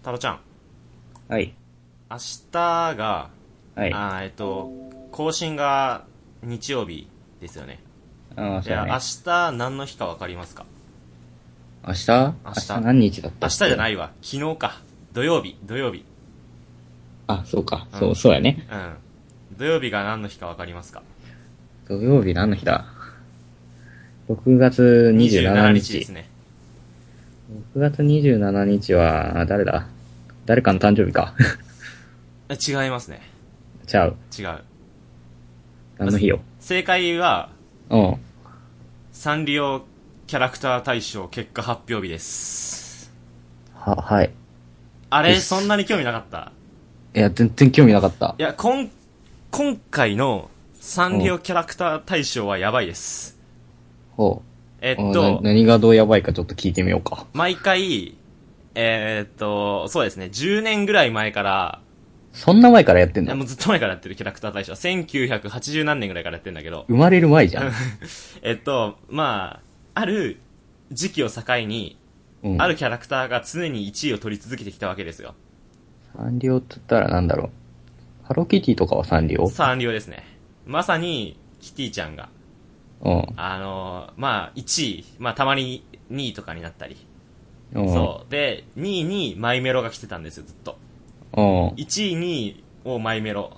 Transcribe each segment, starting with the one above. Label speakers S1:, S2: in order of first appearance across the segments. S1: 太郎ちゃん、
S2: はい。
S1: 明日が、
S2: はい。あ
S1: あーえっと、更新が日曜日ですよね。
S2: あ、
S1: い
S2: そう
S1: や、
S2: だね
S1: 明。日何の日かわかりますか
S2: 明日明
S1: 明日
S2: 日何日だった。
S1: 明日じゃないいわ。昨日か。土曜日、土曜日。
S2: あ、そうか。
S1: うん
S2: そう、そうやね。
S1: うん。土曜日が何の日かわかりますか
S2: 土曜日何の日だ ?6 月27日。
S1: ですね。
S2: 6月27日は、あ誰だ誰かの誕生日か。
S1: え違いますね。
S2: ちゃう。
S1: 違う。
S2: 何の日よ。
S1: 正解は、
S2: うん。
S1: サンリオキャラクター大賞結果発表日です。
S2: は、はい。
S1: あれ、
S2: です
S1: そんなに興味なかった
S2: いや、全然興味なかった
S1: い。や、こん、今回のサンリオキャラクター大賞はやばいです。
S2: ほ
S1: え
S2: う。
S1: っ
S2: な
S1: と、
S2: 何がどうやばいかちょっと聞いてみようか。
S1: 毎回、えーっと、そうですね、10年ぐらい前から、
S2: そんな前からやってん
S1: いや
S2: だ
S1: もう。ずっと前からやってるキャラクター大賞、1980何年ぐらいからやってんだけど、
S2: 生まれる前じゃん。
S1: えっと、まあ、ある時期を境に、
S2: うん。
S1: あるキャラクターが常に1位を取り続けてきたわけですよ。
S2: サンリオって言ったらなんだろう。ハローキティとかはサンリオ
S1: サンリオですね。まさに、キティちゃんが、
S2: うん。
S1: あのーまあ、1位、まあ、たまに2位とかになったり、
S2: うん。
S1: そう。で、2位にマイメロが来てたんですよ、ずっと。
S2: うん。
S1: 1位、2位をマイメロ。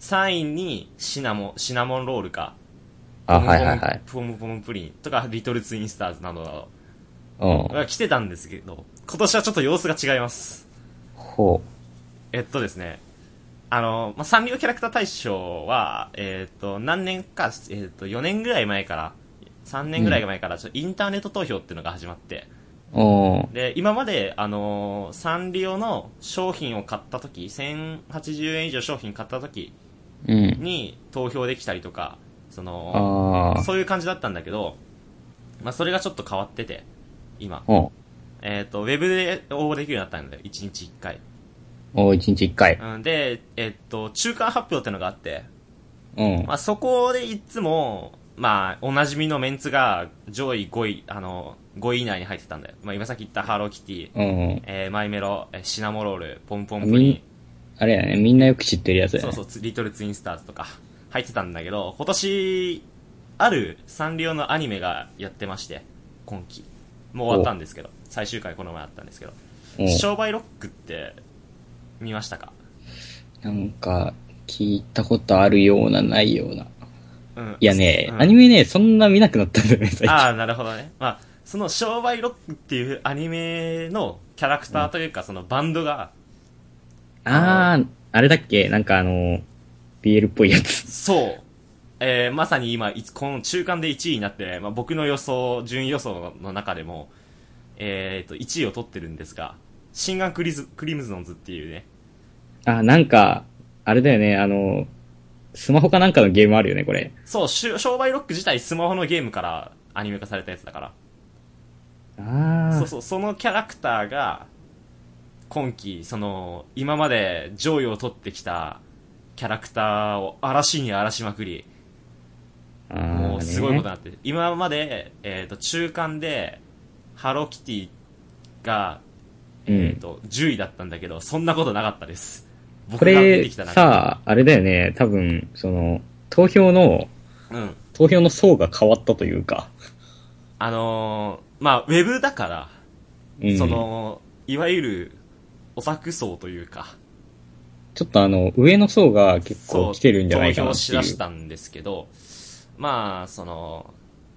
S1: 3位にシナモン、シナモンロールか。
S2: あ、はいはいはい。
S1: ポムポムプリンとか、リトルツインスターズなどなど
S2: うん。
S1: が来てたんですけど、今年はちょっと様子が違います。
S2: ほ
S1: えっとですね。あの、まあ、サンリオキャラクター大賞は、えっと、何年か、えっと、4年ぐらい前から、3年ぐらい前から、ちょっとインターネット投票っていうのが始まって、
S2: う。うん。
S1: で、今まで、あのーサンリオの商品を買った時1080円以上商品買った時
S2: うん。
S1: に投票できたりとか、その、
S2: ああ。
S1: そういう感じだったんだけど、まあ、それがちょっと変わってて、今。
S2: うん。
S1: えっ、と、ウェブで応募できるようになったんだよ。1日1回。
S2: お一日一回。
S1: うん、で、えっ、と、中間発表ってのがあって、
S2: うん
S1: ま。あ、そこでいつも、まあ、おなじみのメンツが上位5位、あの、5位以内に入ってたんだよ。まあ、今さっき言ったハローキティ、
S2: うん。
S1: えーマイメロ、えーシナモロール、ポンポンプリン、
S2: あれやね、みんなよく知ってるやつやね。
S1: そうそう、ツリトルツインスターズとか入ってたんだけど、今年、あるサンリオのアニメがやってまして、今季。もう終わったんですけど、最終回この前あったんですけど、
S2: ん
S1: 商売ロックって、見ましたか
S2: なんか、聞いたことあるような、ないような。
S1: うん。
S2: いやね、
S1: うん
S2: アニメね、そんな見なくなったんだよね、最近。
S1: ああ、なるほどね。まあ、その、商売ロックっていうアニメのキャラクターというか、そのバンドが、
S2: あー、あれだっけなんかあの、BL っぽいやつ。
S1: そう、えー、まさに今、いつこの中間で1位になって、まあ、僕の予想、順位予想の中でも、えー、と、1位を取ってるんですが、シンガークリズクリムズノンズっていうね、
S2: あ、なんか、あれだよね、あの、スマホかなんかのゲームあるよね、これ。
S1: そう、しゅ商売ロック自体スマホのゲームからアニメ化されたやつだから、
S2: あ
S1: そう
S2: ー。
S1: そう、そのキャラクターが、今季、その、今まで上位を取ってきたキャラクターを荒らしに荒らしまくり、
S2: あーね
S1: もうすごいことになってる、今まで、えっ、と、中間で、ハローキティが、
S2: うん
S1: えっ、と、10位だったんだけど、そんなことなかったです。僕
S2: こ
S1: が出て
S2: れ、
S1: きた中で
S2: さあ、あれだよね、多分、その、投票の、
S1: うん。
S2: 投票の層が変わったというか、
S1: あのーまあ、ウェブだから、
S2: うん、
S1: そ、の、いわゆる、オタク層というか、
S2: ちょっとあの、上の層が結
S1: そ
S2: 構
S1: う、
S2: 来てるんじゃないか
S1: 投
S2: な
S1: 票
S2: って
S1: し
S2: いう。
S1: だしたんですけど、まあ、その、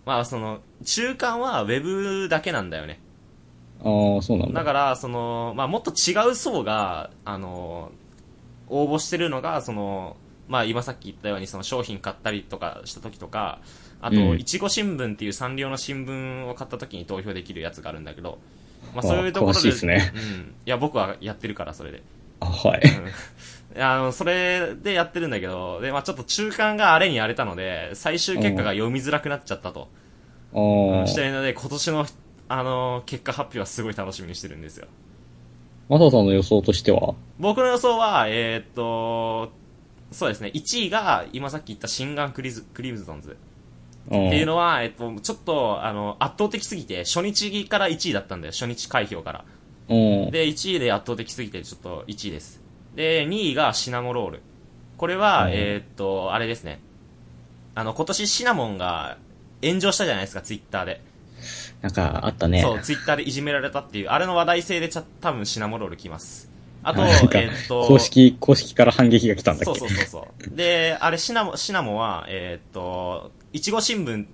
S1: まあ、その、中間はウェブだけなんだよね。
S2: ああ、そうなん
S1: だ
S2: だ。
S1: から、その、まあ、もっと違う層が、あの、応募してるのが、その、まあ、今さっき言ったように、その商品買ったりとかした時とか、あ
S2: う
S1: と、
S2: ん
S1: いちご新聞っていうサンリオの新聞を買った時に投票できるやつがあるんだけど、まあ、
S2: あ
S1: そういうところで。
S2: 詳しいですね
S1: うん。いや、僕はやってるから、それで。
S2: あ、 はい。
S1: うんあの、それでやってるんだけど、で、まあちょっと中間が荒れに荒れたので、最終結果が読みづらくなっちゃったと。
S2: ああ、
S1: してるので、今年の、あの、結果発表はすごい楽しみにしてるんですよ。
S2: マサさんの予想としては
S1: 僕の予想は、えーっと、そうですね、1位が、今さっき言った新眼クリズクリムゾンズ。
S2: って
S1: っていう
S2: の
S1: のは、えっと、ちょっと、あの、圧倒的すぎて、初日から1位だったんだよ。初日開票から。
S2: うん。
S1: で、1位で圧倒的すぎて、ちょっと1位です。で、2位がシナモロール。これは、
S2: うん
S1: えーっと、あれですね。あの、今年シナモンが炎上したじゃないですか、ツイッターで。
S2: なんか、あったね。
S1: そう、ツイッターでいじめられたっていう、あれの話題性でちゃ、多分シナモロール来ます。あと、
S2: あ
S1: え
S2: なんか
S1: ーっと、
S2: 公式、公式から反撃が来たんだっけ
S1: そうそうそうそう。で、あれ、シナモ、シナモは、えーっと、いちご新聞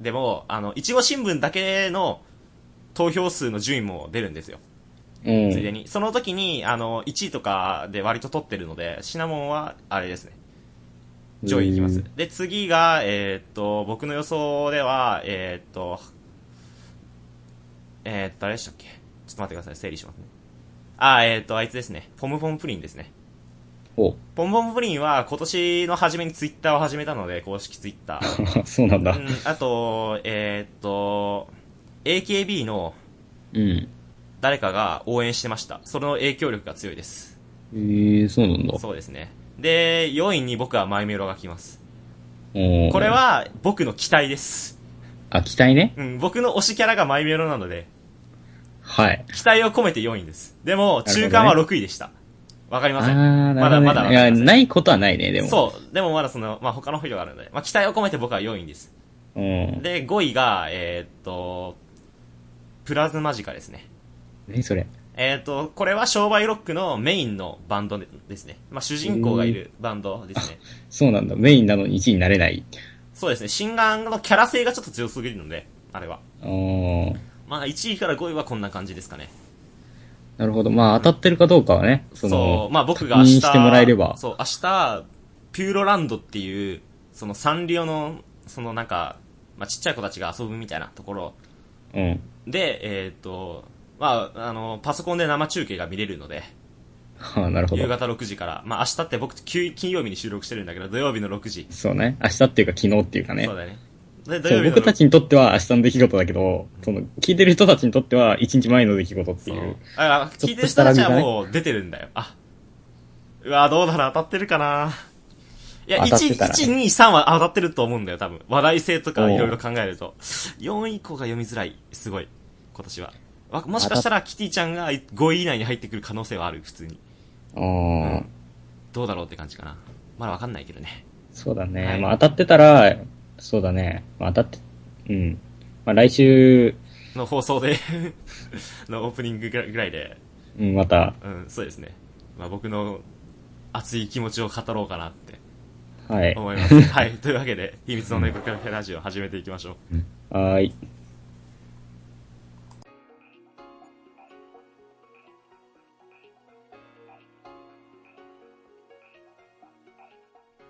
S1: でも、あの、いちご新聞だけの投票数の順位も出るんですよ。
S2: う。ん。
S1: ついでに。その時に、あの、1位とかで割と取ってるので、シナモンは、あれですね。上位いきます。で、次が、えーっと、僕の予想では、えーっと、えーっと、あれでしたっけちょっと待ってください。整理しますね。あー、えーっと、あいつですね。ポムポムプリンですね。
S2: お
S1: ポムポムプリンは今年の初めにツイッターを始めたので、公式ツイッタ ー。
S2: そうなんだ
S1: う。ん、あと、えーっと、AKB の
S2: うん。
S1: 誰かが応援してました。その影響力が強いです。
S2: えー、そうなんだ。
S1: そうですね。で、4位に僕はマイメロが来ます。
S2: こ
S1: これ、は僕の期待です。
S2: あ、期待ね。
S1: うん、僕の推しキャラがマイメロなので、
S2: はい。
S1: 期待を込めて4位です。でも、
S2: なるほどね
S1: 中間は6位でした。わかり
S2: あ
S1: ません。
S2: ー、な
S1: ま
S2: る
S1: だ
S2: ほ
S1: ま
S2: ど
S1: だ
S2: ね。いや、ないことはないね、でも。
S1: そう。でもまだその、まあ、他の補助があるので、まあ、期待を込めて僕は4位です。
S2: う。うん。
S1: で、5位が、えーっと、プラズマジカですね。
S2: 何それ。
S1: えーっと、これは商売ロックのメインのバンドでですね。まあ、主人公がいるバンドですね。
S2: そうなんだ。メインなのに1位になれない。
S1: そうですね。新眼のキャラ性がちょっと強すぎるので、あれは。
S2: あー。
S1: まあ、1位から5位はこんな感じですかね。
S2: なるほど。まあ、当たってるかどうかはね。
S1: そ、
S2: そうの、
S1: まあ僕が
S2: 確
S1: 明
S2: 認
S1: 日、
S2: してもらえれば
S1: そう、明日、ピューロランドっていう、そのサンリオの、そのなんか、まあちっちゃい子たちが遊ぶみたいなところ
S2: うん。
S1: で、えーっ、と、まああの、パソコンで生中継が見れるので、
S2: はあ、なるほ
S1: 夕
S2: ど。
S1: 方6時から、まあ明日って僕、休金曜日に収録してるんだけど、土曜日の6時。
S2: そうね。明日っていうか昨日っていうかね
S1: そう。だね。で、土
S2: そ
S1: 曜
S2: う、
S1: 日の
S2: 僕た
S1: 6時。
S2: ちにとっては明日の出来事だけど、その、聞いてる人たちにとっては1日前の出来事っていう。
S1: あ、聞いてる人たちはもう出てるんだよ。あ。うわ、どうだろう、当たってるかな。いや、
S2: 当たって
S1: 1、
S2: たらね
S1: 1、2、3は当たってると思うんだよ、多分。話題性とかいろいろ考えると。4位以降が読みづらい。すごい。今年は。わもしかしたらキティちゃんが5位以内に入ってくる可能性はある、普通に。
S2: あー。
S1: どうだろうって感じかな。まだわかんないけどね。
S2: そうだね。
S1: はい
S2: まあ当たってたら、そうだね。まあ当たって、うん。まあ来週、
S1: の放送で、 のオープニングぐらぐらいで、
S2: うん、また、
S1: うん、そうですね。まあ僕の熱い気持ちを語ろうかなって
S2: はい。
S1: 思い ます。はい。というわけで、秘密の猫カフェラジオ始めていきましょう。
S2: はーい。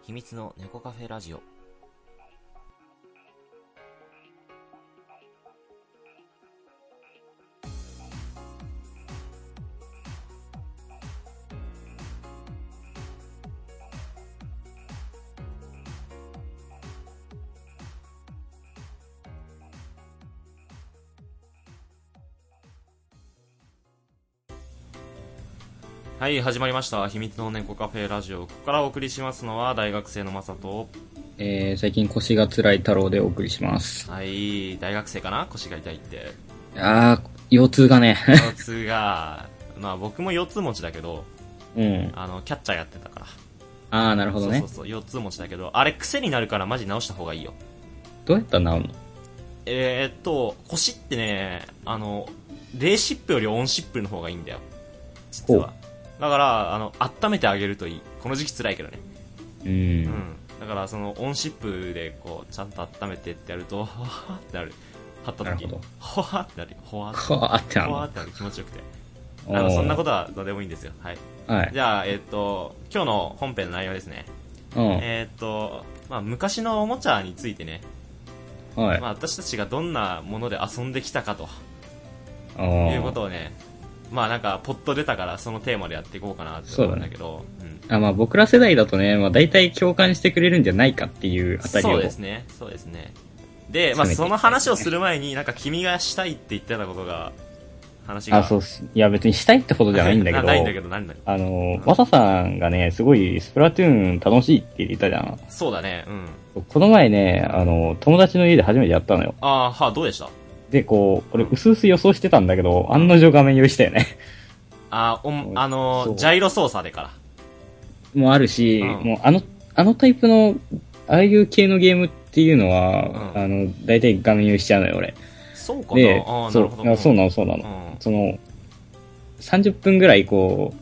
S1: 秘密の猫カフェラジオ。はい、始まりました。秘密の猫カフェラジオ。ここからお送りしますのは、大学生のまさと。
S2: えー、最近腰が辛い太郎でお送りします。
S1: はい、大学生かな腰が痛いって。
S2: あー、腰痛がね。
S1: 腰痛が、 まあ僕も腰痛持ちだけど、
S2: うん。
S1: あの、キャッチャーやってたから。
S2: あー、なるほどね
S1: そう。そうそう、腰痛持ちだけど、あれ癖になるからマジ直した方がいいよ。
S2: どうやったら治るの
S1: えー、っと、腰ってね、あの、冷シップより温シップの方がいいんだよ。実は
S2: ほ。
S1: だから、あの、温めてあげるといい。この時期辛いけどね。
S2: う。
S1: うんん。だから、その、温シップで、こう、ちゃんと温めてってやると、ほわーってなる。貼った
S2: なる
S1: 時
S2: ほど、
S1: ほわーってなる。ほわーっ
S2: こうあって
S1: て。
S2: な
S1: ほわー
S2: の
S1: ってなる。気持ちよくて。あの、そんなことはどうでもいいんですよ。はい。
S2: と。はい。
S1: じゃあ、えっと、今日の本編の内容ですね。
S2: う
S1: えっと、まあ、昔のおもちゃについてね、
S2: ん。はい。
S1: まあ、私たちがどんなもので遊んできたかと
S2: あ
S1: いうこ
S2: ー。
S1: とをね、まあなんか、ポッと出たから、そのテーマでやっていこうかなって思うんだけど、うん
S2: あ、まあ僕ら世代だとね、まあ大体共感してくれるんじゃないかっていうあたりを。
S1: そうですね、そうですね。で、まあ、
S2: 詰めていきたいですね
S1: その話をする前に、なんか、君がしたいって言ってたことが、話が。
S2: あ、そうっす。いや別にしたいってことじゃないんだけ ど。
S1: ないんだけど、ないんだけど。
S2: あの、バサさんがね、すごいスプラトゥーン楽しいって言ってたじゃん。
S1: そうだね、うん。
S2: この前ね、あの、友達の家で初めてやったのよ。
S1: あーはあ、どうでした
S2: で、こう、俺、うすうす予想してたんだけど、案の定画面用意したよね。
S1: あ、おん、あ
S2: そ
S1: の、
S2: う
S1: ジャイロ操作でから。
S2: もあるし、
S1: うん
S2: もうあの、あのタイプの、ああいう系のゲームっていうのは、
S1: うん
S2: あの、大体画面用意しちゃうのよ、俺。
S1: そうかな
S2: で
S1: あ、ーな
S2: そ
S1: る
S2: う
S1: ほ、ど。
S2: あそう
S1: な
S2: なの、そうなの。
S1: の
S2: その、30分ぐらいこ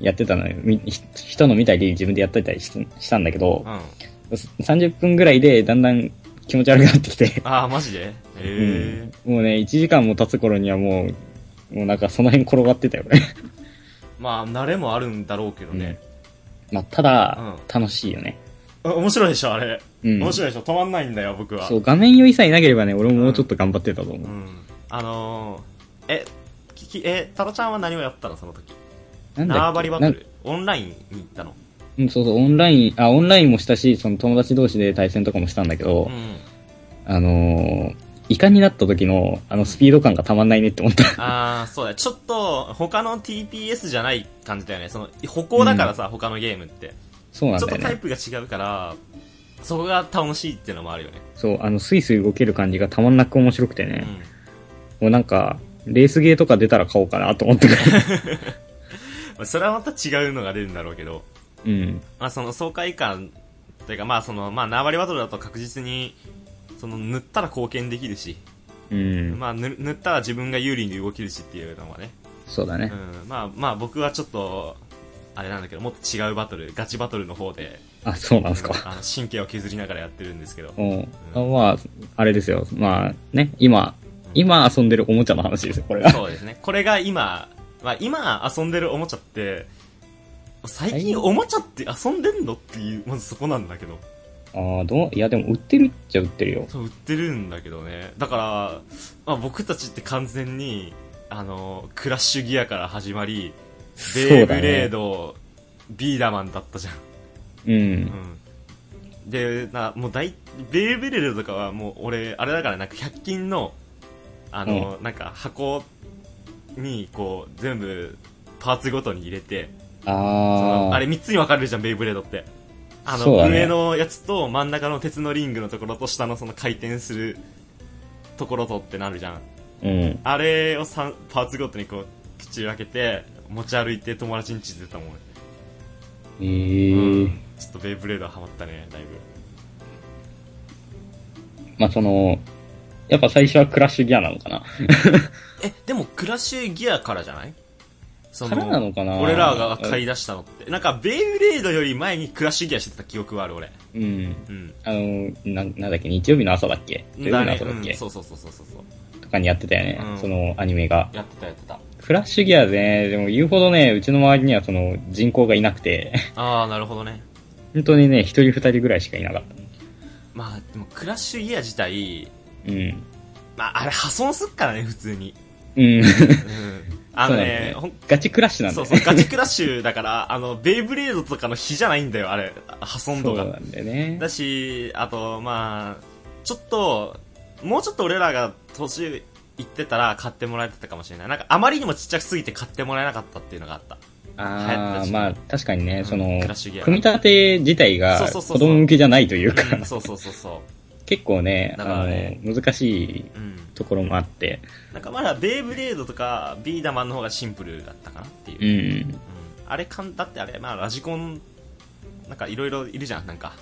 S2: う、やってたのよ。みひ人の見たり自分でやってたりししたんだけど
S1: うん。う、ん。
S2: 30分ぐらいでだんだん気持ち悪くなってきて、
S1: あー、マジでへ
S2: もうね、1時間も経つ頃にはもう、もうなんかその辺転がってたよね。
S1: え。まあ、慣れもあるんだろうけどね。
S2: まあ、ただ、
S1: う
S2: 楽しいよね。
S1: あ面白いでしょ、あれ。
S2: うん。
S1: 面白いでしょ、止まんないんだよ、僕は。
S2: そう、画面用意さえなければね、俺ももうちょっと頑張ってたと思う。
S1: うん。あのー、え、きき、え、タロちゃんは何をやったの、その時。
S2: なんだっけ
S1: 縄張りバト
S2: なん
S1: ル。オンラインに行ったの。
S2: うん、そうそう、オンライン、あ、オンラインもしたし、その友達同士で対戦とかもしたんだけど、
S1: うん。
S2: あのー、イカになった時の、あのスピード感がたまんないねって思った。
S1: あー、そうだ。ちょっと、他の TPS じゃない感じだよね。その、歩行だからさ、他のゲームって。
S2: そうなん
S1: ちょっ
S2: だよ
S1: とタイ
S2: ね。
S1: プが違うから、そこが楽しいっていうのもあるよね。
S2: そう、あの、スイスイ動ける感じがたまんなく面白くて
S1: う
S2: ね。
S1: ん。
S2: もうなんか、レースゲーとか出たら買おうかなと思ってた。
S1: まあそれはまた違うのが出るんだろうけど、
S2: うん。
S1: まあその爽快感というかまあその、まあ縄張りバトルだと確実に、その塗ったら貢献できるし、
S2: うん。
S1: まあ塗塗ったら自分が有利に動けるしっていうのはね、
S2: そうだ
S1: う
S2: ね。
S1: ん、まあまあ僕はちょっと、あれなんだけど、もっと違うバトル、ガチバトルの方で、
S2: あ、そうなんすか。
S1: うんあの神経を削りながらやってるんですけど、
S2: うん。あまあ、あれですよ。まあ、ね、今、今遊んでるおもちゃの話ですよ、これは。
S1: そうですね。これが今、まあ今遊んでるおもちゃって、最近おもちゃって遊んでんのっていう、まずそこなんだけど。
S2: ああ、どういや、でも売ってるっちゃ売ってるよ。
S1: そう売ってるんだけどねだから、まあ、僕たちって完全にあのクラッシュギアから始まりベ
S2: そ
S1: イ
S2: うだ
S1: ブ
S2: ね
S1: レード、ビーダーマンだったじゃん、
S2: う
S1: う
S2: ん。
S1: ん、でなもう大ベイブレードとかはもう俺あれだからなんか100均のあの、なんか箱にこう全部パーツごとに入れてそ
S2: あ
S1: の
S2: あ。
S1: あれ3つに分かれるじゃんベイブレードってあ
S2: そう
S1: の、
S2: だね
S1: 上のやつと真ん中の鉄のリングのところと下のその回転するところとってなるじゃん
S2: うん。
S1: あれを三パーツごとにこう口を開けて持ち歩いて友達に散ってたもん、
S2: ええ
S1: うんちょっとベイブレードはハマったねだいぶ
S2: まあ、その、やっぱ最初はクラッシュギアなのかな。
S1: えでもクラッシュギアからじゃないそ
S2: からなのかな
S1: 俺らが買い出したのってなんかベイブレードより前にクラッシュギアしてた記憶はある俺
S2: うん。
S1: うん
S2: あの、な、なんだっけ、日曜日の朝だっけ土曜日の朝だっ
S1: う
S2: け、
S1: ん、そうそうそうそうそうそう
S2: とかにやってたよね、
S1: うん
S2: そのアニメが。
S1: やってたやってた
S2: クラッシュギアでね、でも言うほどね、うちの周りにはその人口がいなくて、
S1: ああなるほどね
S2: 本当にね、一人二人ぐらいしかいなかった。
S1: まあでもクラッシュギア自体、
S2: うん。
S1: まあ、あれ破損すっからね普通に、
S2: うん。
S1: う ん、あのね
S2: そう
S1: ほん
S2: ガチクラッシュなんだ
S1: そう
S2: よ
S1: そうガチクラッシュだからあのベイブレードとかの火じゃないんだよあれ破損度
S2: そう
S1: が
S2: なんだよね。
S1: だしあとまあちょっともうちょっと俺らが年いってたら買ってもらえてたかもしれないなんかあまりにもちっちゃすぎて買ってもらえなかったっていうのがあった流行っ
S2: あ
S1: た
S2: あ、
S1: し
S2: まあ確かにね、
S1: う
S2: そ
S1: ん
S2: の
S1: クラッシュギア、が
S2: 組み立て自体
S1: そ
S2: が
S1: うそう
S2: 子
S1: そうそう
S2: 供向けじゃないというか、
S1: うん、そうそうそうそ
S2: 結構ね、
S1: だからね
S2: あの、難しい
S1: う
S2: う
S1: ん
S2: ところもあって、
S1: なんかまだベイブレードとかビーダマンの方がシンプルだったかなっていう
S2: うん。
S1: うんあれかんだってあれ、まあ、ラジコンなんかいろいろいるじゃんなんか、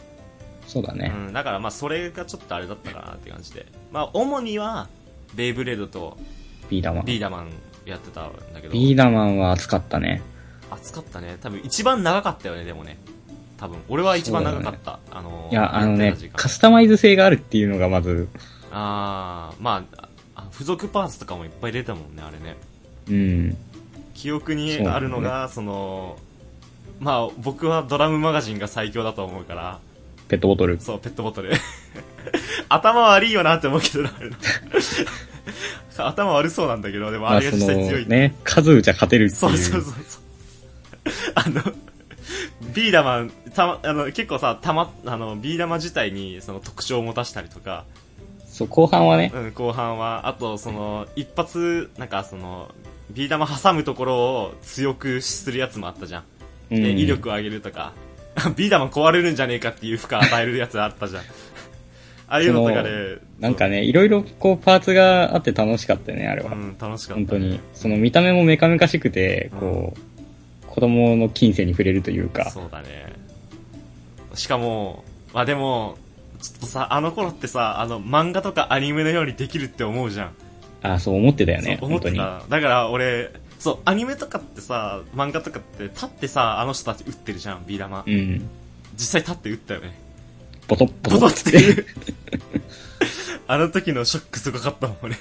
S2: そうだ
S1: う
S2: ね。
S1: ん、だからまあそれがちょっとあれだったかなって感じでまあ主にはベイブレードと
S2: ビーダーマン。
S1: ビーダマンやってたんだけど
S2: ビーダーマンは熱かったね。
S1: 熱かったね多分一番長かったよねでもね多分俺は一番長かった、あの
S2: いや、あの
S1: やっ
S2: ね
S1: てた時、間
S2: カスタマイズ性があるっていうのがまず、
S1: あーまああ付属パーツとかもいっぱい入れたもんねあれね
S2: うん。
S1: 記憶にあるのがそ,、のまあ僕はドラムマガジンが最強だと思うから
S2: ペットボトル。
S1: そう、ペットボトル。 頭悪いよなって思うけど な、あれな頭悪そうなんだけど、でもあれが
S2: そ
S1: 実
S2: の、
S1: 際強い。
S2: ね、数打ちゃ勝てるっていう。
S1: そうそうそうそう。あの、 ビーダマン、たま、あの、結構さ、たま、あの、ビーダマ自体にその特徴を持たしたりとか、
S2: そう後半はね、
S1: うん、後半は、あと、その、一発、なんかその、ビー玉挟むところを強くするやつもあったじゃん。
S2: う
S1: で
S2: ん
S1: 威 力を上げるとか、ビー玉壊れるんじゃねえかっていう負荷与えるやつあったじゃん。ああいうのとかで、
S2: なんかね、いろいろこうパーツがあって楽しかったよね、あれ
S1: う
S2: は。
S1: ん、楽しかった。
S2: 本当に。その見た目もメカメカしくて、こう、子供の近世に触れるというか。
S1: そうだね。しかも、まあでも、ちょっとさ、あの頃ってさ、あの、漫画とかアニメのようにできるって思うじゃん。
S2: あ、そう思ってたよね、
S1: そう思
S2: 本
S1: っ
S2: 当
S1: て
S2: に。
S1: た。だから俺、そう、アニメとかってさ、漫画とかって立ってさ、あの人たち打ってるじゃん、ビー玉
S2: う。ん。
S1: 実際立って打ったよね。
S2: ボトッボ
S1: ボ
S2: ト
S1: ト
S2: ッ
S1: っていう。 あの時のショックすごかったもんね。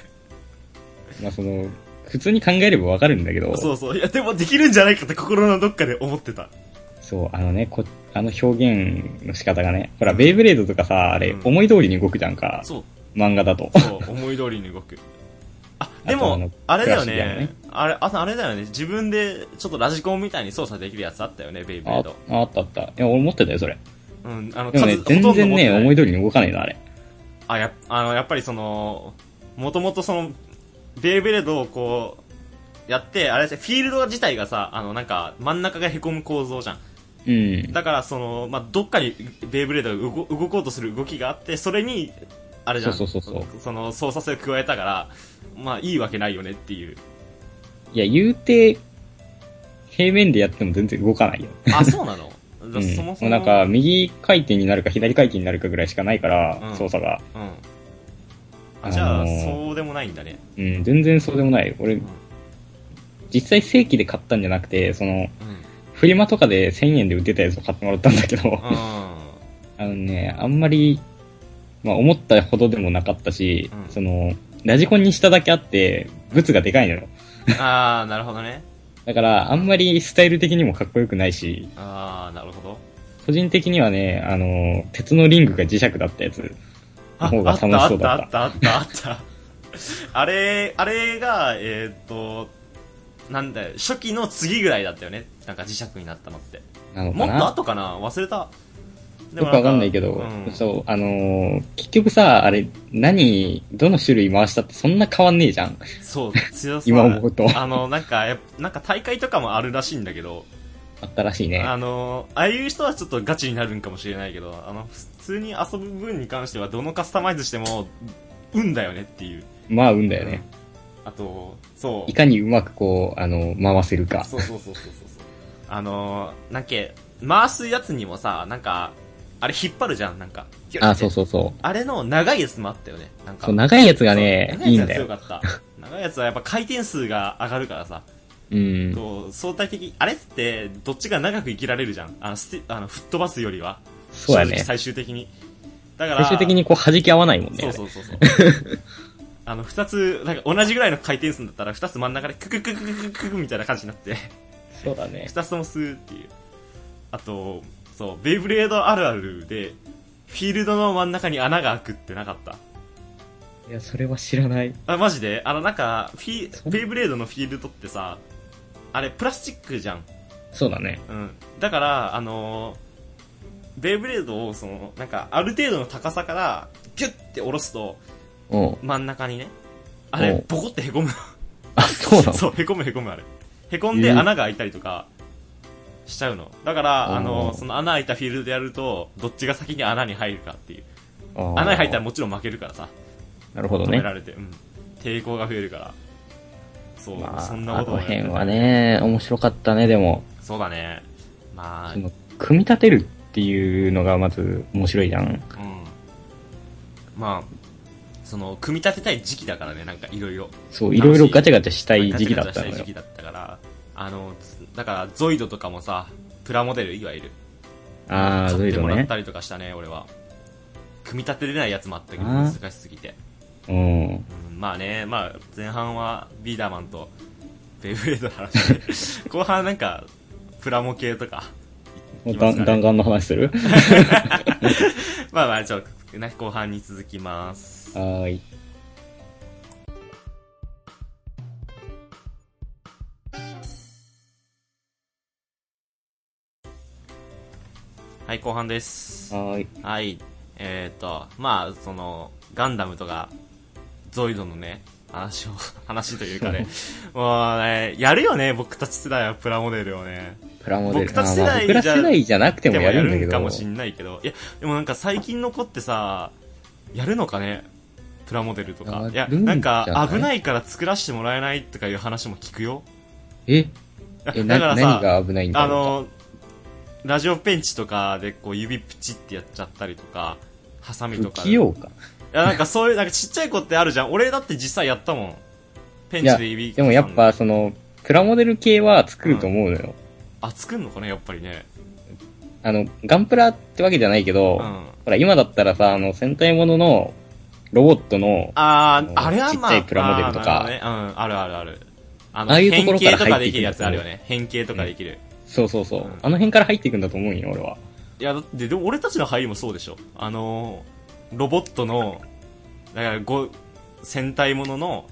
S2: まあその、普通に考えればわかるんだけど、
S1: そうそう。いや、でもできるんじゃないかって心のどっかで思ってた。
S2: そう、あのね、こあの表現の仕方がね、ほら、ベイブレードとかさ、あれ、思い通りに動くじゃんか、
S1: そう、
S2: 漫画だと。
S1: そう、思い通りに動く。あ、で
S2: あとあの
S1: も、あれだよ
S2: クラッシュだよ
S1: ね
S2: ね。
S1: あれ、あとあれだよね。自分で、ちょっとラジコンみたいに操作できるやつあったよね、ベイブレ
S2: あ
S1: ード。
S2: あったあった。いや、俺持ってたよ、それ。
S1: うん、あの、
S2: でもね、
S1: 数ほ
S2: 全
S1: とんど
S2: 然
S1: 持って
S2: ね、
S1: ない
S2: 思い通りに動かないの、あれ。
S1: あ、や、あの、やっぱりその、もともとその、ベイブレードをこう、やって、あれですね、フィールド自体がさ、あの、なんか、真ん中が凹む構造じゃん。
S2: うん。
S1: だから、その、まあ、どっかにベイブレードが動動こうとする動きがあって、それに、あれじゃん。
S2: そうそうそうそう
S1: その、操作性を加えたから、まあ、いいわけないよねっていう。
S2: いや、言うて、平面でやっても全然動かないよ。
S1: あ、 そうなの
S2: う
S1: じゃ
S2: ん、
S1: あそもそも。
S2: なんか、右回転になるか左回転になるかぐらいしかないから、
S1: うん
S2: 操作が。
S1: うん。あ、じゃ
S2: あ
S1: あ、
S2: のー
S1: そうでもないんだね。
S2: うん、全然そうでもない。
S1: う
S2: 俺
S1: ん、。
S2: 実際正規で買ったんじゃなくて、その、
S1: うん。
S2: フリマとかで1000円で売ってたやつを買ってもらったんだけど、
S1: うん
S2: あのね、あんまり、まあ思ったほどでもなかったし、
S1: うん
S2: その、ラジコンにしただけあって、ブツがでかいのよ。
S1: あー、なるほどね。
S2: だから、あんまりスタイル的にもかっこよくないし、
S1: あー、なるほど。
S2: 個人的にはね、あの、鉄のリングが磁石だったやつの方が楽しそうだ
S1: あ
S2: っ。
S1: ったたあったあったあったあった。あれ、あれが、えーっと、なんだよ、初期の次ぐらいだったよね。なんか磁石になったのって。
S2: なの
S1: もっ
S2: か
S1: と
S2: な
S1: 後かな忘れた。
S2: よくわかんないけど、
S1: うん
S2: そう、あのー結局さ、あれ、何、どの種類回したってそんな変わんねえじゃん。
S1: そう、強さ。
S2: 今思うと
S1: あの、なんか、やっぱなんか大会とかもあるらしいんだけど、
S2: あったらしいね。
S1: あの、ああいう人はちょっとガチになるんかもしれないけど、あの、普通に遊ぶ分に関してはどのカスタマイズしても、運だよねっていう。
S2: まあ、運だよね。
S1: あと、そう
S2: い。かにうまくこう、あの、回せるか。
S1: そうそうそうそうそうそう。あのー、なんけ、回すやつにもさ、なんか、あれ引っ張るじゃん、なんか。ギュッて
S2: あ、そうそうそう。
S1: あれの長いやつもあったよね。なんか。
S2: そう、長いやつが
S1: そ
S2: ね
S1: う、長
S2: い
S1: い
S2: い
S1: や
S2: ん
S1: つ
S2: だ
S1: が強
S2: よ。
S1: かった。長いやつはやっぱ回転数が上がるからさ、
S2: うん。
S1: そう相対的、あれってどっちが長く生きられるじゃん。あの、ステあの吹っ飛ばすよりは。
S2: そうや
S1: 正直
S2: ね。
S1: 最終的に。だから、
S2: 最終的にこう弾き合わないもんね。
S1: そうそうそうそう。あの、二つ、なんか同じぐらいの回転数だったら、二つ真ん中でククククククククみたいな感じになって。
S2: そうだね。
S1: 2つともスーっていうあとそうベイブレードあるあるでフィールドの真ん中に穴が開くってなかった
S2: いや、それは知らない。
S1: あマジであのなんかフィ
S2: そう
S1: ベイブレードのフィールドってさあれプラスチックじゃん、
S2: そうだね。
S1: うん、だからあのーベイブレードをそのなんかある程度の高さからギュッて下ろすと
S2: うん。
S1: 真ん中にねあ
S2: お
S1: れ
S2: う
S1: ボコってへこむ
S2: あ、そうな の
S1: そう、へこむへこむあれ。へこんで
S2: えー
S1: 穴が開いたりとか、しちゃうの。だから、あ
S2: お
S1: の、
S2: ー
S1: その穴開いたフィールドでやると、どっちが先に穴に入るかっていう。
S2: あー
S1: 穴に入ったらもちろん負けるからさ、
S2: なるほど
S1: 止め
S2: ね。
S1: られて、うん。抵抗が増えるから。そう、
S2: まあ、
S1: そんな
S2: あ
S1: こと
S2: の
S1: をやって
S2: 辺はね、面白かったね、でも。
S1: そうだね。まあ、
S2: そうの、組み立てるっていうのがまず面白いじゃん。
S1: ん。まあ、その、組み立てたい時期だからね、なんかいろいろ。
S2: そう、
S1: 楽しい
S2: いろいろガチャガチャしたい
S1: ガチ
S2: 時
S1: ャ
S2: 期
S1: ガ
S2: だ
S1: チャ
S2: っ
S1: したた
S2: の
S1: い時
S2: よ。
S1: 期だったから、あの、つだから、ゾイドとかもさ、プラモデル、いわゆる。
S2: ああ、どう
S1: 買
S2: い
S1: って
S2: う
S1: も
S2: の
S1: らっ
S2: ね。
S1: たりとかしたね、俺は。組み立てれないやつもあったけど、
S2: あ
S1: 難
S2: ー
S1: しすぎて。
S2: うん。
S1: うん、まあね、まあ、前半はビーダーマンとベイブレードの 話で、後半なんか、プラモ系とか、いきま
S2: だ
S1: すかね
S2: ん弾丸の話する
S1: まあまあ、ちょっと、ね、後半に続きます。
S2: はーい。
S1: はい、後半です。
S2: はーい。
S1: はい、えっ、ー、と、まあ、その、ガンダムとか、ゾイドのね、話を、 話というか ね、もうね、やるよね、僕たち世代はプラモデルをね。
S2: プラモデル。
S1: 僕たち世代
S2: あーまあ僕ら
S1: じゃ
S2: 世代じゃなくて
S1: で
S2: も
S1: も
S2: や
S1: や
S2: るんだ
S1: る
S2: け
S1: ん
S2: ど。
S1: かもしんないけどいやでもなんか最近の子ってさやるのかねプラモデルとか
S2: や。
S1: いや、
S2: るんじ
S1: な
S2: ゃない
S1: んか、危ないから作らせてもらえないとかいう話も聞くよ。
S2: ええ、
S1: だか
S2: な、
S1: ら
S2: 何
S1: さ、
S2: が危ないんだ
S1: あ
S2: ろう
S1: の、ラジオペンチとかでこう指プチってやっちゃったりとか、ハサミとか
S2: 不
S1: で。
S2: 器用か。
S1: いや、なんかそういう、なんかちっちゃい子ってあるじゃん。俺だって実際やったもん。ペン
S2: いや
S1: チで指。
S2: でもやっ、ぱ、その、プラモデル系は作ると思うのよ。
S1: あ、作んのかね、やっぱりね。
S2: あの、ガンプラってわけじゃないけ
S1: うん。
S2: ど、ほら、今だったらさ、あの、戦隊ものの、ロボットの、
S1: あー、
S2: あの
S1: あれはまあ。
S2: ちっちゃいプラモデルとか
S1: あーなるほどね、うん、あるあるある。あ
S2: ああいうところから
S1: 変形とかで
S2: 入
S1: きる
S2: っていくんだ
S1: やつあるよね。変形とかできる。
S2: そうそうそう、
S1: うん
S2: あの辺から入っていくんだと思うんよ、俺は。
S1: いや、だって、でも俺たちの入りもそうでしょ。あのー、ロボットの、だからご、戦隊ものの、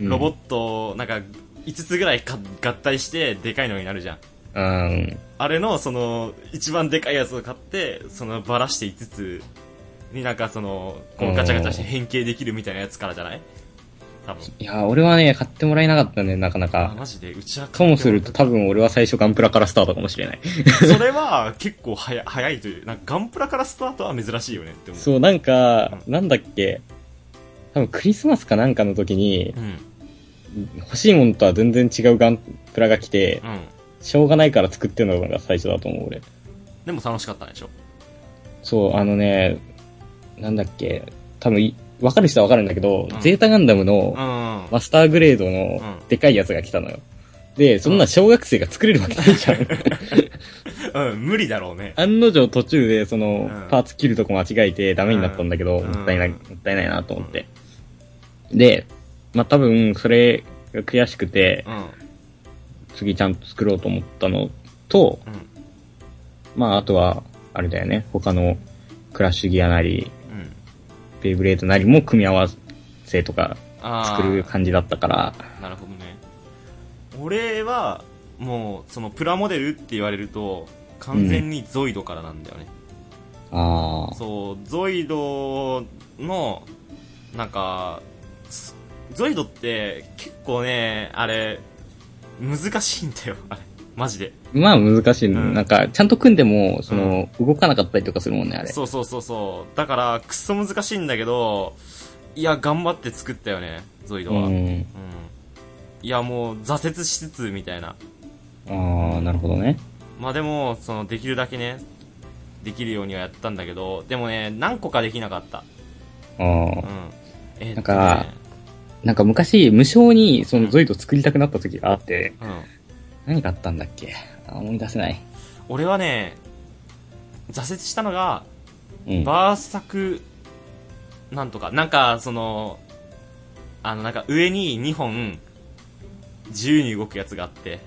S2: うん
S1: ロボットを、なんか、5つぐらいか合体して、でかいのになるじゃん。
S2: うん。
S1: あれの、その、一番でかいやつを買って、その、ばらして5つになんかその、こ
S2: う
S1: うんガチャガチャして変形できるみたいなやつからじゃない多分。
S2: いや、俺はね、買ってもらえなかったんだよ、なかな
S1: あ、
S2: か。
S1: マジで、うちは買って
S2: と
S1: も
S2: もすると多分俺は最初ガンプラからスタートかもしれない。
S1: それは結構早い早いという、なんかガンプラからスタートは珍しいよねって思う。
S2: そう、なんか、なんだっけ。多分クリスマスかなんかの時に、
S1: うん、
S2: 欲しいものとは全然違うガンプラが来て、
S1: うん。
S2: しょうがないから作ってるのが最初だと思う、俺。
S1: でも楽しかったんでしょ
S2: そう、あのね、なんだっけ。多分い、わかる人はわかるんだけど、
S1: うん
S2: ゼータガンダムの、
S1: うん。うん
S2: マスターグレードの
S1: うん
S2: でかいやつが来たのよ。で、そんな小学生が作れるわけないじゃ ん。
S1: うん、無理だろうね。
S2: 案の定途中でその
S1: うん
S2: パーツ切るとこ間違えてダメになったんだけど、
S1: うん
S2: もったいない、もったいないなと思って。で、まあ、多分それが悔しくて
S1: う、ん、うん。
S2: 次ちゃんと作ろうと思ったのと、
S1: うん
S2: まああとは、あれだよね、他のクラッシュギアなり、ベイブレードなりも組み合わせとか
S1: あ
S2: 作る
S1: ー
S2: 感じだったから、
S1: なるほどね。俺は、もう、そのプラモデルって言われると、完全にゾイドからなんだよね。
S2: ああ、
S1: そう、ゾイドの、なんか、すゾイドって結構ね、あれ、難しいんだよ、あれ。マジで。
S2: まあ難しい、
S1: ん
S2: なんか、ちゃんと組んでも、その、動かなかったりとかするもんね、あれ。
S1: そうそうそうそう。だから、くっそ難しいんだけど、いや、頑張って作ったよね、ゾイドは。うん。
S2: ん。
S1: いや、もう、挫折しつつ、みたいな。
S2: ああ、なるほどね。
S1: まあでも、その、できるだけね、できるようにはやったんだけど、でもね、何個かできなかった。
S2: あ
S1: う
S2: あ。
S1: ん。えーっとね
S2: なんかなんか昔、無償に、その、ゾイド作りたくなった時があって、
S1: うん。
S2: 何があったんだっけあー思い出せない。
S1: 俺はね、挫折したのが、
S2: うん。
S1: バーサク、なんとか、なんか、その、あの、なんか上に2本、自由に動くやつがあって、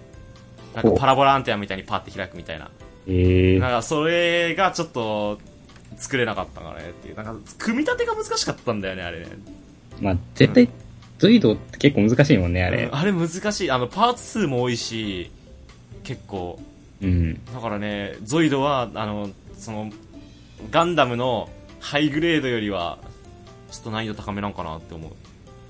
S1: なんか
S2: ほう
S1: パラボラアンテナみたいにパーって開くみたいな。
S2: ええ
S1: なんかそれがちょっと、作れなかったからねっていう。なんか、組み立てが難しかったんだよね、あれね。
S2: まあ、絶対、ゾイドって結構難しいもんね、あれ
S1: うん。あれ難しい。あの、パーツ数も多いし、結構。
S2: うん。
S1: だからね、ゾイドは、あの、その、ガンダムのハイグレードよりは、ちょっと難易度高めなんかなって思う。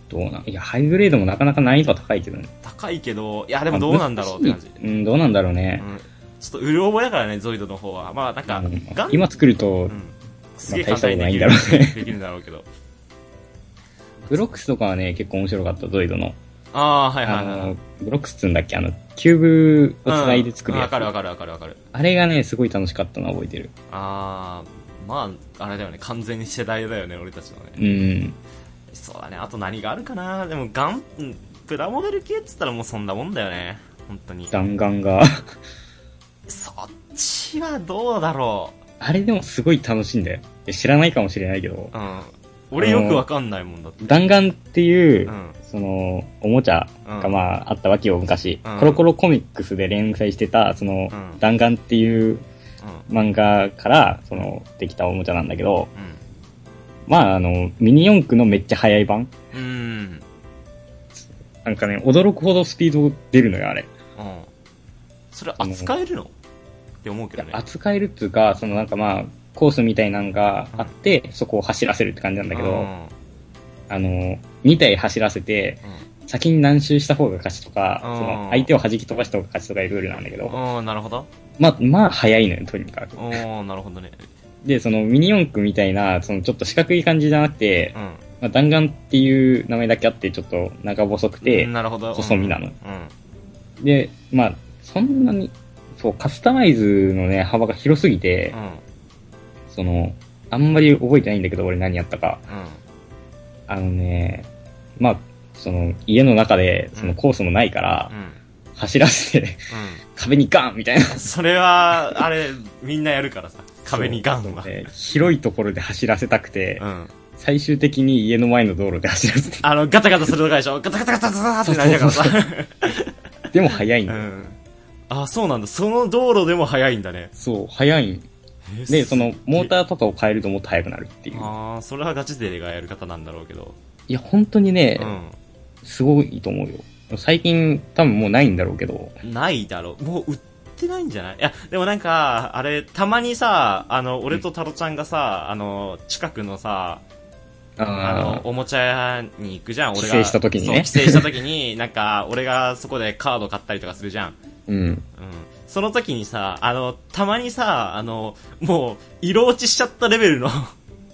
S2: どうなんいや、ハイグレードもなかなか難易度は高いけどね。
S1: 高いけど、いや、でもどうなんだろうって感じ。
S2: 難しいうん、どうなんだろうね
S1: う。ん。ちょっと、うる覚えだからね、ゾイドの方は。まあ、なんか、
S2: うん
S1: ガン、
S2: 今作ると
S1: う、ん。すげえ簡単にできる、
S2: まあ大したことないんだろうね
S1: できるんだろうけど。
S2: ブロックスとかはね、結構面白かった、ゾイドの。
S1: ああ、はいは
S2: あ
S1: いはいはい。
S2: の、ブロックスっつうんだっけあの、キューブを繋いで作る
S1: うん
S2: や
S1: わ
S2: つ。
S1: かるわかるわかるわかる。
S2: あれがね、すごい楽しかったのは覚えてる。
S1: ああ、まあ、あれだよね、完全に世代だよね、俺たちのね。
S2: うん。
S1: そうだね、あと何があるかなでも、ガン、うんプラモデル系っつったらもうそんなもんだよね。本当に。
S2: 弾丸が。
S1: そっちはどうだろ
S2: あれでもすごい楽しいんだよ。いや知らないかもしれないけど
S1: う。。うん。俺よくわかんないもんだって。
S2: 弾丸っていう、
S1: うん。
S2: その、おもちゃ
S1: う
S2: が
S1: ん
S2: まあ、あったわけよ、昔、
S1: うん
S2: コロコロコミックスで連載してた、その、
S1: うん
S2: 弾丸っていう
S1: うん。
S2: 漫画から、その、できたおもちゃなんだけど、
S1: うん。
S2: まあ、あの、ミニ四駆のめっちゃ速い版。
S1: うーん。
S2: なんかね、驚くほどスピード出るのよ、あれ。
S1: うん。それ扱えるのって思うけどね。
S2: 扱えるっていうか、そのなんかまあ、コースみたいなのがあって、そこを走らせるって感じなんだけど、
S1: うん。
S2: あの、2体走らせて、先に何周した方が勝ちとか、
S1: うん
S2: その相手を弾き飛ばした方が勝ちとかいうルールなんだけど、
S1: うん。うん、なるほど。
S2: まあ、まあ、早いのよ、とにかく。
S1: おー、なるほどね。
S2: で、そのミニ四駆みたいな、そのちょっと四角い感じじゃなくて、
S1: うん。
S2: まあ、弾丸っていう名前だけあって、ちょっと長細くて、
S1: なるほど。
S2: 細身なの
S1: うん。
S2: で、まあ、そんなに、そう、カスタマイズのね、幅が広すぎて
S1: う、ん。
S2: その、あんまり覚えてないんだけど、俺何やったか。
S1: うん。
S2: あのね、まあ、その、家の中で、そのコースもないから
S1: う、ん。
S2: 走らせて、 壁にガンみたいな。
S1: うん。それは、あれ、みんなやるからさ。壁にガンは。
S2: ね広いところで走らせたくて
S1: う、ん。
S2: 最終的に家の前の道路で走ら せて、
S1: あの、ガタガタするとかでしょガタガタガタガタガタってなりながらさ。
S2: でも速いん
S1: う
S2: だよ。
S1: ん。あ、そうなんだ。その道路でも速いんだね。
S2: そう、速いん。
S1: え
S2: で、その、モー
S1: ー。
S2: ターとかを変えるともっと速くなるっていう。
S1: ああ、それはガチ勢がやる方なんだろうけど。
S2: いや、本当にね
S1: う、ん。
S2: すごいと思うよ。最近、多分もうないんだろうけど。
S1: ないだろう。もう売ってないんじゃないいや、でもなんか、あれ、たまにさ、あの、俺とタロちゃんがさ、あの、近くのさ、あ
S2: あ
S1: の、おもちゃ屋に行くじゃん、俺が。
S2: 帰省した時にね
S1: そう、帰省した時に、なんか、俺がそこでカード買ったりとかするじゃん。
S2: ーうん。
S1: うん。その時にさ、あの、たまにさ、あの、もう、色落ちしちゃったレベルの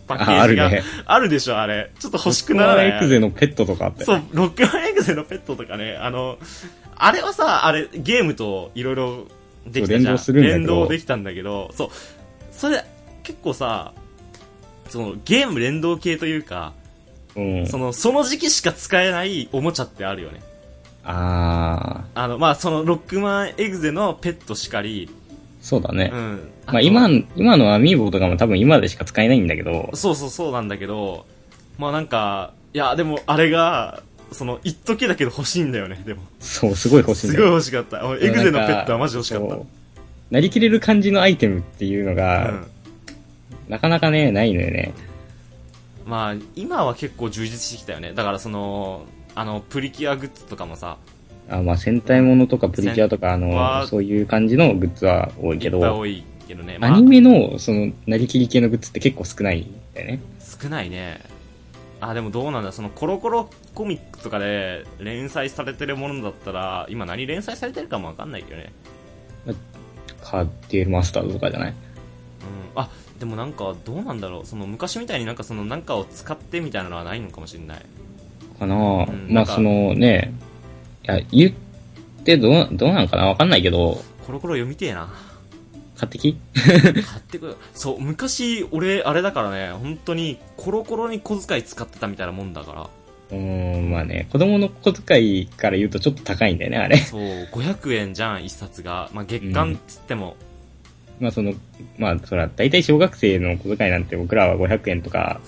S1: パッケ
S2: あ、
S1: ー
S2: あ
S1: ジ
S2: る
S1: が、ある
S2: ね。
S1: でしょ、あれ。ちょっと欲しくならない
S2: ロックマンエクゼのペットとかあって。
S1: そう、ロックマンエクゼのペットとかね、あの、あれはさ、あれ、ゲームといろいろできたじゃん。
S2: そう連動するんだけど
S1: 連動できたんだけど、そう、それ、結構さ、その、ゲーム連動系というか、
S2: うん。
S1: その、その時期しか使えないおもちゃってあるよね。
S2: あ
S1: あの、まあ、その、ロックマンエグゼのペットしかり、
S2: ー、そうだね
S1: う。ん。
S2: まあ
S1: と
S2: 今、今のアミーボとかも多分今でしか使えないんだけど、
S1: そうそうそうなんだけど、まあなんか、いや、でもあれが、その、一時だけど欲しいんだよね、でも。
S2: そう、すごい欲しいん
S1: す
S2: だ
S1: ごい
S2: よ。
S1: 欲しかった。俺エグゼのペットはマジ欲しかっ
S2: そうなりきれる感じのアイテムっていうの
S1: た。
S2: が、
S1: うん。
S2: なかなかね、ないのよね。
S1: まあ、今は結構充実してきたよね。だからその、あの、プリキュアグッズとかもさ、
S2: あまあ戦隊ものとかプリキュアとか、あ
S1: は
S2: の、そういう感じのグッズは多い
S1: い
S2: け
S1: っぱい
S2: ど、
S1: 多いけどね。ま
S2: ア
S1: あ
S2: ニ、メの、その、なりきり系のグッズって結構少ないんだよね。
S1: 少ないね。あ、でもどうなんだ、そのコロコロコミックとかで連載されてるものだったら、今何連載されてるかもわかんないけどね。
S2: カーテルマスターズとかじゃない
S1: うん、あでもなんかどうなんだろうその昔みたいになんかそのなんかを使ってみたいなのはないのかもしれない
S2: かなあ
S1: うんな
S2: ま
S1: ん
S2: あ
S1: か
S2: そのね、いや、言ってどう、どうなんかなわかんないけど、
S1: コロコロ読みてえな
S2: 買ってき
S1: 買ってくるそう昔俺あれだからね本当にコロコロに小遣い使ってたみたいなもんだか
S2: うーん、まあね、子供の小遣いから言うとちょっと高いんだよね、あれ
S1: ら。そう500円 じゃん一冊が、まあ、月間っつっても、
S2: まあその、まあそら、大体小学生の小遣いなんて僕らは500円とか、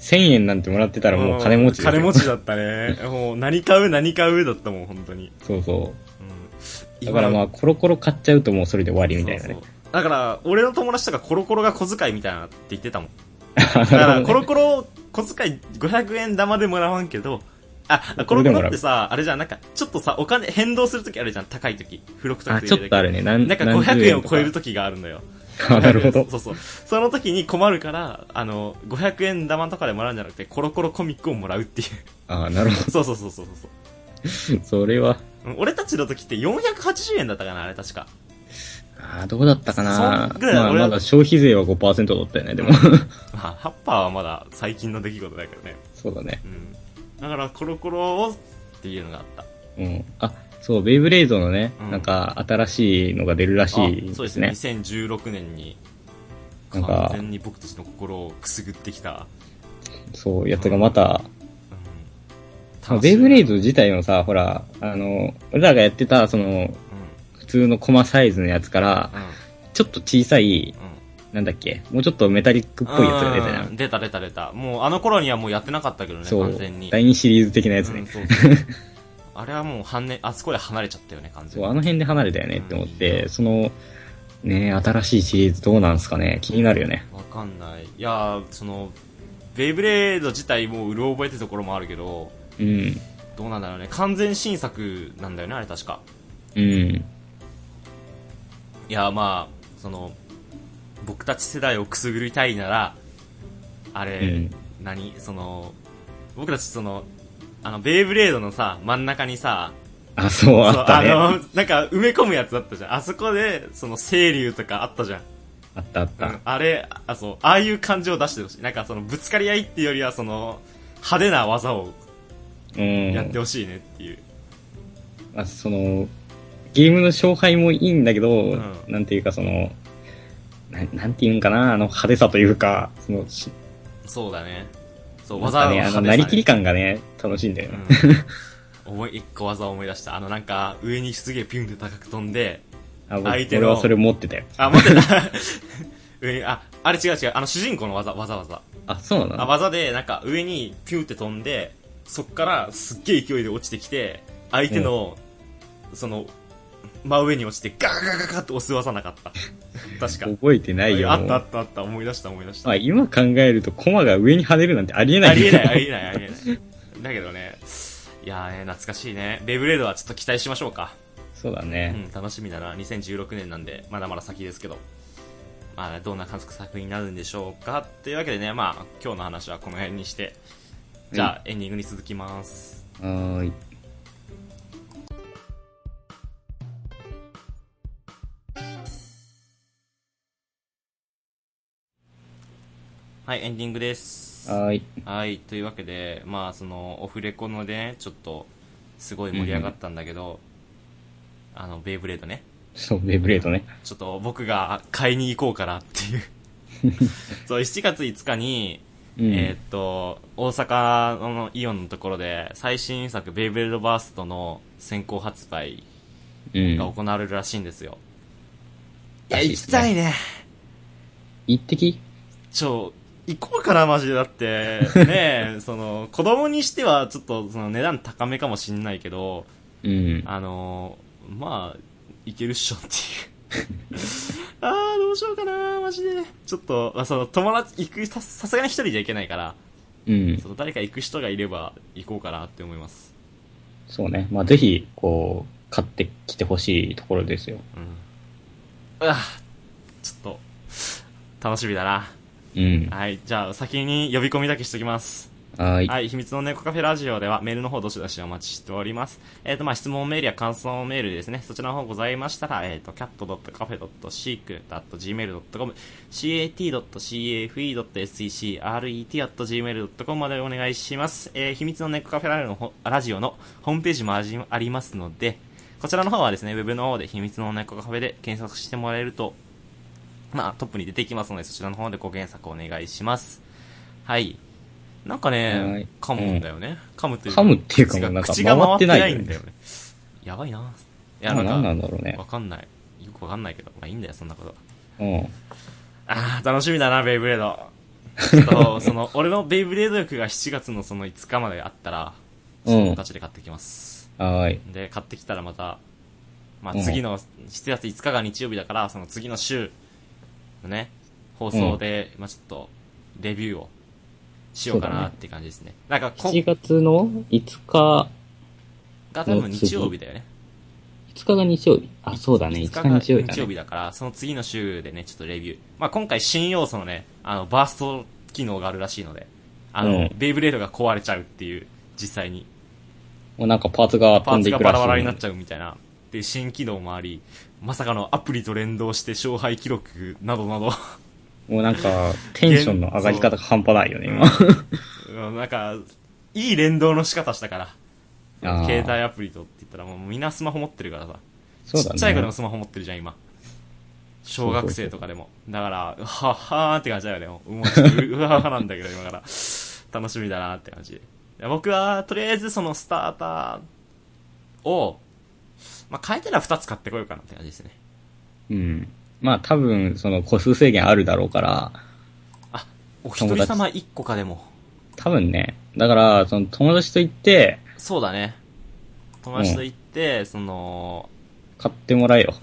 S2: 1000円なんてもらってたらもう金持ちですよ
S1: 金持ちだったねもう何買う何買うだったもん本当に、
S2: そうそう。
S1: うん、
S2: だからまあ、コロコロ買っちゃうともうそれで終わりみたいな
S1: そ
S2: ね
S1: う。そうだから俺の友達とかコロコロが小遣いみたいなって言ってたもん
S2: だ
S1: だから、コロコロ、小遣い500円玉でもらわんけど、あ、コロコロってさ、あれじゃん、なんか、ちょっとさ、お金、変動するときあるじゃん、高いとき。付録とか
S2: あ、ちょっとあるね。なん
S1: なんか
S2: 何十
S1: 500円を超える
S2: と
S1: ときがあるのよ。
S2: か。あなるほど。
S1: そうそう。 その時に困るから、あの、500円玉とかでもらうんじゃなくて、コロコロコミックをもらう ってい
S2: あなるほ
S1: う。そうそうそうそうそう。
S2: ど。 それは、
S1: うん俺たちの時って480円だったかな、あれ確か。
S2: あどうだったかな
S1: そんぐらいだ
S2: まあ、
S1: 俺は
S2: まだ消費税は5%だったよね、でも。
S1: まあ、ハッパーはまだ最近の出来事だけどね。
S2: そうだね。
S1: うん。だから、コロコロをっていうのがあった。
S2: うん。あ、そう、ベイブレイドのね、
S1: うん
S2: なんか、新しいのが出るらしい
S1: あそう
S2: で
S1: ですす
S2: ね。
S1: ね2016年に
S2: なん
S1: 完
S2: か
S1: 全に僕たちの心をくすぐってきた、
S2: そう、やつがまた、
S1: うん、
S2: ベイブレイ
S1: ド、
S2: ド自体もさ、ほら、あの、俺らがやってた、その、
S1: う
S2: 普通のコマサイズのやつから、
S1: んうん
S2: ちょっと小さい、
S1: うん、
S2: なんだっけ、もうちょっとメタリックっぽいやつが出たじゃ。
S1: うん出た出た出たもうあの頃にはもうやってなかったけどね
S2: そう、
S1: 完全に
S2: 第2シリーズ的なやつね。
S1: うんそうそう あれはもう半年あそこで離れちゃったよね完全
S2: そう、
S1: に
S2: あの辺で離れたよねって思っ
S1: う
S2: て、
S1: ん
S2: その、ね新しいシリーズどうなんすかね気になるよね。
S1: わかんないいやーそのベイブレード自体もううろ覚えてるところもあるけど
S2: うん。
S1: どうなんだろうね完全新作なんだよねあれ確か
S2: うん。
S1: いやまあその僕たち世代をくすぐりたいならあれ、
S2: うん
S1: 何その僕たちそのあのベイブレードのさ真ん中にさ
S2: あ、そう、あった
S1: そうあ
S2: ね。
S1: のなんか埋め込むやつだったじゃんあそこでその清流とかあったじゃん
S2: あったあった。
S1: うんあれ、あ、そう、ああいう感情を出してほしい。なんかその、ぶつかり合いっていうよりは、その、派手な技を
S2: うん。
S1: やってほしいねっていう。
S2: まあ、その、ゲームの勝敗もいいんだけど、
S1: ん
S2: なんていうかその、ななんていうんかな、あの派手さというか、その、し
S1: そうだね。そう、
S2: なん
S1: 技
S2: か
S1: の
S2: ね、
S1: 派
S2: あ
S1: 手さ
S2: の、
S1: ね
S2: なりきり感がね、楽しいんだよね。
S1: うん思い、一個技を思い出した。あの、なんか、上にすげえピュンって高く飛んで、
S2: あ僕
S1: 相手の
S2: 俺はそれ持ってたよ。
S1: あ、待ってた。 上に、あ、あれ違う違う。あの、主人公の技、技技。
S2: あ、そうな
S1: あ
S2: の
S1: 技で、なんか、上にピュンって飛んで、そっから、すっげえ勢いで落ちてきて、相手の、その、真上に落ちて、ガガガガガって押す技なかった。確か。
S2: 覚えてないよ。
S1: あったあ
S2: も
S1: ったあった、思い出した思い出し
S2: う
S1: た。
S2: まあ、今考えると、コマが上に跳ねるなんてあ りえない。
S1: ありえない、ありえない、ありえない。だけどね、いやーね、懐かしいね。ベイブレードはちょっと期待しましょうか。
S2: そうだ
S1: う
S2: ね。
S1: ん、楽しみだな。2016年なんで、まだまだ先ですけど。まあ、どんな観測作品になるんでしょうか。というわけでね、まあ、今日の話はこの辺にして、じゃあ、エンディングに続きます。
S2: はーい。
S1: はい、エンディングです。
S2: はーい。
S1: はい、というわけで、まあ、その、オフレコのでね、ちょっと、すごい盛り上がったんだけど、あの、ベイブレードね、
S2: そう、ベイブレードね。
S1: ちょっと僕が買いに行こうかなっていう。 そう、7月5日に、
S2: うん。
S1: えーっと、大阪のイオンのところで、最新作、ベイブレードバーストの先行発売が
S2: うん。
S1: 行われるらしいんですよ。
S2: うん
S1: いや、行きたいね。
S2: 一滴
S1: ちょ、行こうかな、マジで。だ って、ねえ、その、子供にしては、ちょっと、その、値段高めかもしんないけど、
S2: うん。
S1: あのーまあ、いけるっしょっていう。 あー、どうしようかな、マジで。ちょっと、まあ、その、友達、行く、さ、さすがに一人じゃいけないから、
S2: うん。
S1: その、誰か行く人がいれば、行こうかなって思います。
S2: そうね。まあ、ぜひ、こう、買ってきてほしいところですよ。
S1: うん。あー、ちょっと、楽しみだな。
S2: うん。
S1: はい、じゃあ、先に呼び込みだけしときます。
S2: はーい。
S1: はい、秘密の猫カフェラジオではメールの方どしどしお待ちしております。えっ、と、まあ、質問メールや感想メールですね、そちらの方ございましたら、えっ、ー、と、cat.cafe.seek.gmail.com、cat.cafe.secret.gmail.com までお願いします。えー、秘密の猫カフェラジオのほラジオのホームページもあじありますので、こちらの方はですね、ウェブの方で秘密の猫カフェで検索してもらえると、まあ、トップに出てきますので、そちらの方でご検索お願いします。はい。なんか
S2: は
S1: ね
S2: い、
S1: 噛むんだよね。噛むっていう
S2: 噛むっていうか
S1: 口が
S2: もうなんか
S1: 口が回ってな
S2: 回
S1: い
S2: ってないよね
S1: んだよね。やばいな。いや、
S2: な
S1: なんんか、
S2: なんなんだろうね
S1: わ。かんない。よくわかんないけど、まあいいんだよ、そんなことは。
S2: うん。
S1: あー、楽しみだな、ベイブレード。ちょっ と、その、俺のベイブレード欲が7月のその5日まであったら、
S2: うん
S1: そのガチで買ってきます。
S2: はーい。
S1: で、買ってきたらまた、まあ
S2: うん
S1: 次の、7月5日が日曜日だから、その次の週のね、放送で、まあちょっと、レビューをしようか
S2: そうだ
S1: なっ
S2: ね
S1: て感じですね。なんか、こ
S2: 7月の5日、
S1: が多分日曜日だよね。
S2: 5日が日曜日。あ、そうだね。
S1: 5
S2: 5
S1: 日
S2: 日
S1: が
S2: が
S1: 日
S2: 日
S1: 曜
S2: 曜
S1: 日
S2: 日
S1: だ,、
S2: だね。
S1: から、その次の週でね、ちょっとレビュー。まあ今回新要素のね、あの、バースト機能があるらしいので、あの、
S2: うん
S1: ベイブレードが壊れちゃうっていう、実際に。
S2: もうなんかパーツが
S1: パ
S2: 飛
S1: ー
S2: ん
S1: ツ
S2: でい
S1: が
S2: く
S1: バ
S2: らし
S1: ラ
S2: い。
S1: バラになっちゃうみたいな。で、新機能もあり、まさかのアプリと連動して勝敗記録などな ど。
S2: もうなんか、テンションの上がり方が半端ないよね、今。
S1: うんなんか、いい連動の仕方したから。
S2: あー
S1: 携帯アプリとって言ったらもうみんなスマホ持ってるからさ。
S2: そう
S1: ち
S2: だ
S1: っちゃい子で
S2: ね
S1: も。スマホ持ってるじゃん、今。小学生とかでも。だから、はっはーって感じだよね。もうもうちょっとううわはなんだけど、今から。楽しみだなって感じ。いや僕は、とりあえずそのスターターを、まあ、変えたら2つ買ってこようかなって感じですね。
S2: うん。まあ多分、その個数制限あるだろうから、
S1: あ、お一人様1個かでも。
S2: 多分ね。だから、その友達と行って、
S1: そうだね。友達と行って、その、
S2: 買ってもらえよ。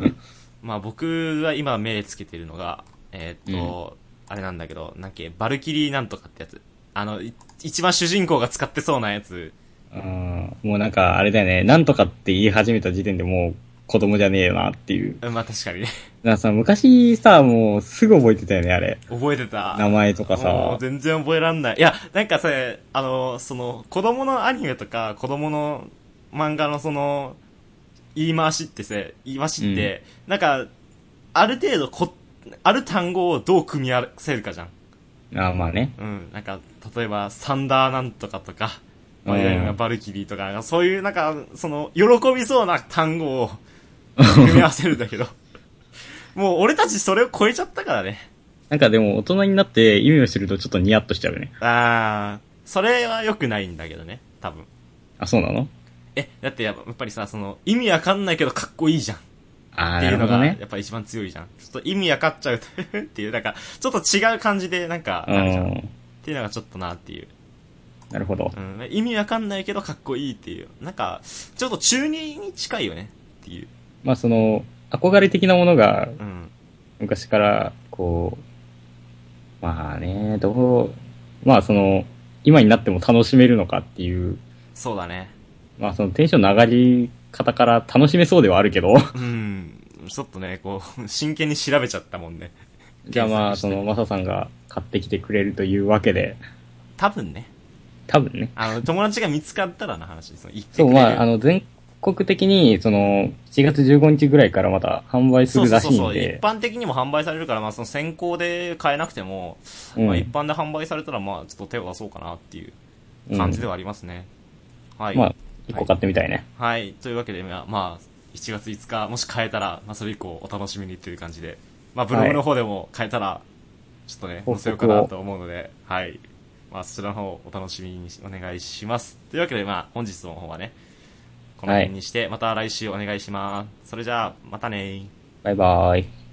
S1: うんまあ僕は今目つけてるのが、えーっと、あれなんだけど、なんけ、バルキリーなんとかってやつ。あの、い一番主人公が使ってそうなやつ。
S2: うん。もうなんか、あれだよね。なんとかって言い始めた時点でもう、子供じゃねえよなっていう。
S1: うんまあ確かにね。
S2: なんかさ、昔さ、もうすぐ覚えてたよね、あれ。
S1: 覚えてた。
S2: 名前とか
S1: も
S2: さ
S1: う。全然覚えらんない。いや、なんかさ、あの、その、子供のアニメとか、子供の漫画のその、言い回しってさ、言い回しって、なんか、ある程度こ、ある単語をどう組み合わせるかじゃん。
S2: あーまあね。
S1: うん。なんか、例えば、サンダーなんとかとか、
S2: うん
S1: 我々がバルキリーとか、なんかそういうなんか、その、喜びそうな単語を組み合わせるんだけど。もう俺たちそれを超えちゃったからね。
S2: なんかでも大人になって意味をするとちょっとニヤッとしちゃうよね。
S1: あー、それは良くないんだけどね、多分。
S2: あ、そうなの
S1: え、だってやっぱやっぱりさ、その、意味わかんないけどかっこいいじゃん。
S2: あ
S1: っ
S2: あ、
S1: て
S2: ないる
S1: うの
S2: ほど
S1: が、や
S2: ね。
S1: っぱ一番強いじゃん。ちょっと意味わかっちゃうと っていう、なんか、ちょっと違う感じで、なんか、
S2: う
S1: なるじゃん。っ
S2: ん。
S1: ていうのがちょっとなっていう。
S2: なるほど
S1: う。ん。意味わかんないけど、かっこいいっていう。なんか、ちょっと中二に近いよね。っていう。
S2: まあその、憧れ的なものが
S1: うん。
S2: 昔から、こう、まあね、どう、まあその、今になっても楽しめるのかっていう、
S1: そうだね。
S2: まあそのテンションの上がり方から楽しめそうではあ るけど、
S1: うん。ちょっとね、こう、真剣に調べちゃったもんね。
S2: じゃあまあ
S1: 検索し
S2: そ
S1: て
S2: のマサさんが買ってきてくれるというわけで、
S1: 多分ね。
S2: 多分ね。
S1: あの、友達が見つかったらな話です。言ってく
S2: そ
S1: れ
S2: う、
S1: る
S2: まああの全国的に、その、7月15日ぐらいからまた販売す
S1: そう
S2: る
S1: そう
S2: らし
S1: そう
S2: い
S1: そう。
S2: ん
S1: 一
S2: で、
S1: 般的にも販売されるから、まあその先行で買えなくても、
S2: うん
S1: まあ一般で販売されたら、まあちょっと手を出そうかなっていう感じではありますね。はい。
S2: まあ、一個買ってみたいね。
S1: はい。というわけで、まあ、まあ、1月5日、もし買えたら、まあそれ以降お楽しみにという感じで、まあブログの方でも買えたら、ちょっとね、
S2: 報告を
S1: 載せようかなと思うので、はい。まあそちらの方お楽しみにお願いします。というわけで、まあ本日の方はね、この辺にして、また来週お願いします。それじゃあ、またねー。
S2: バイバーイ。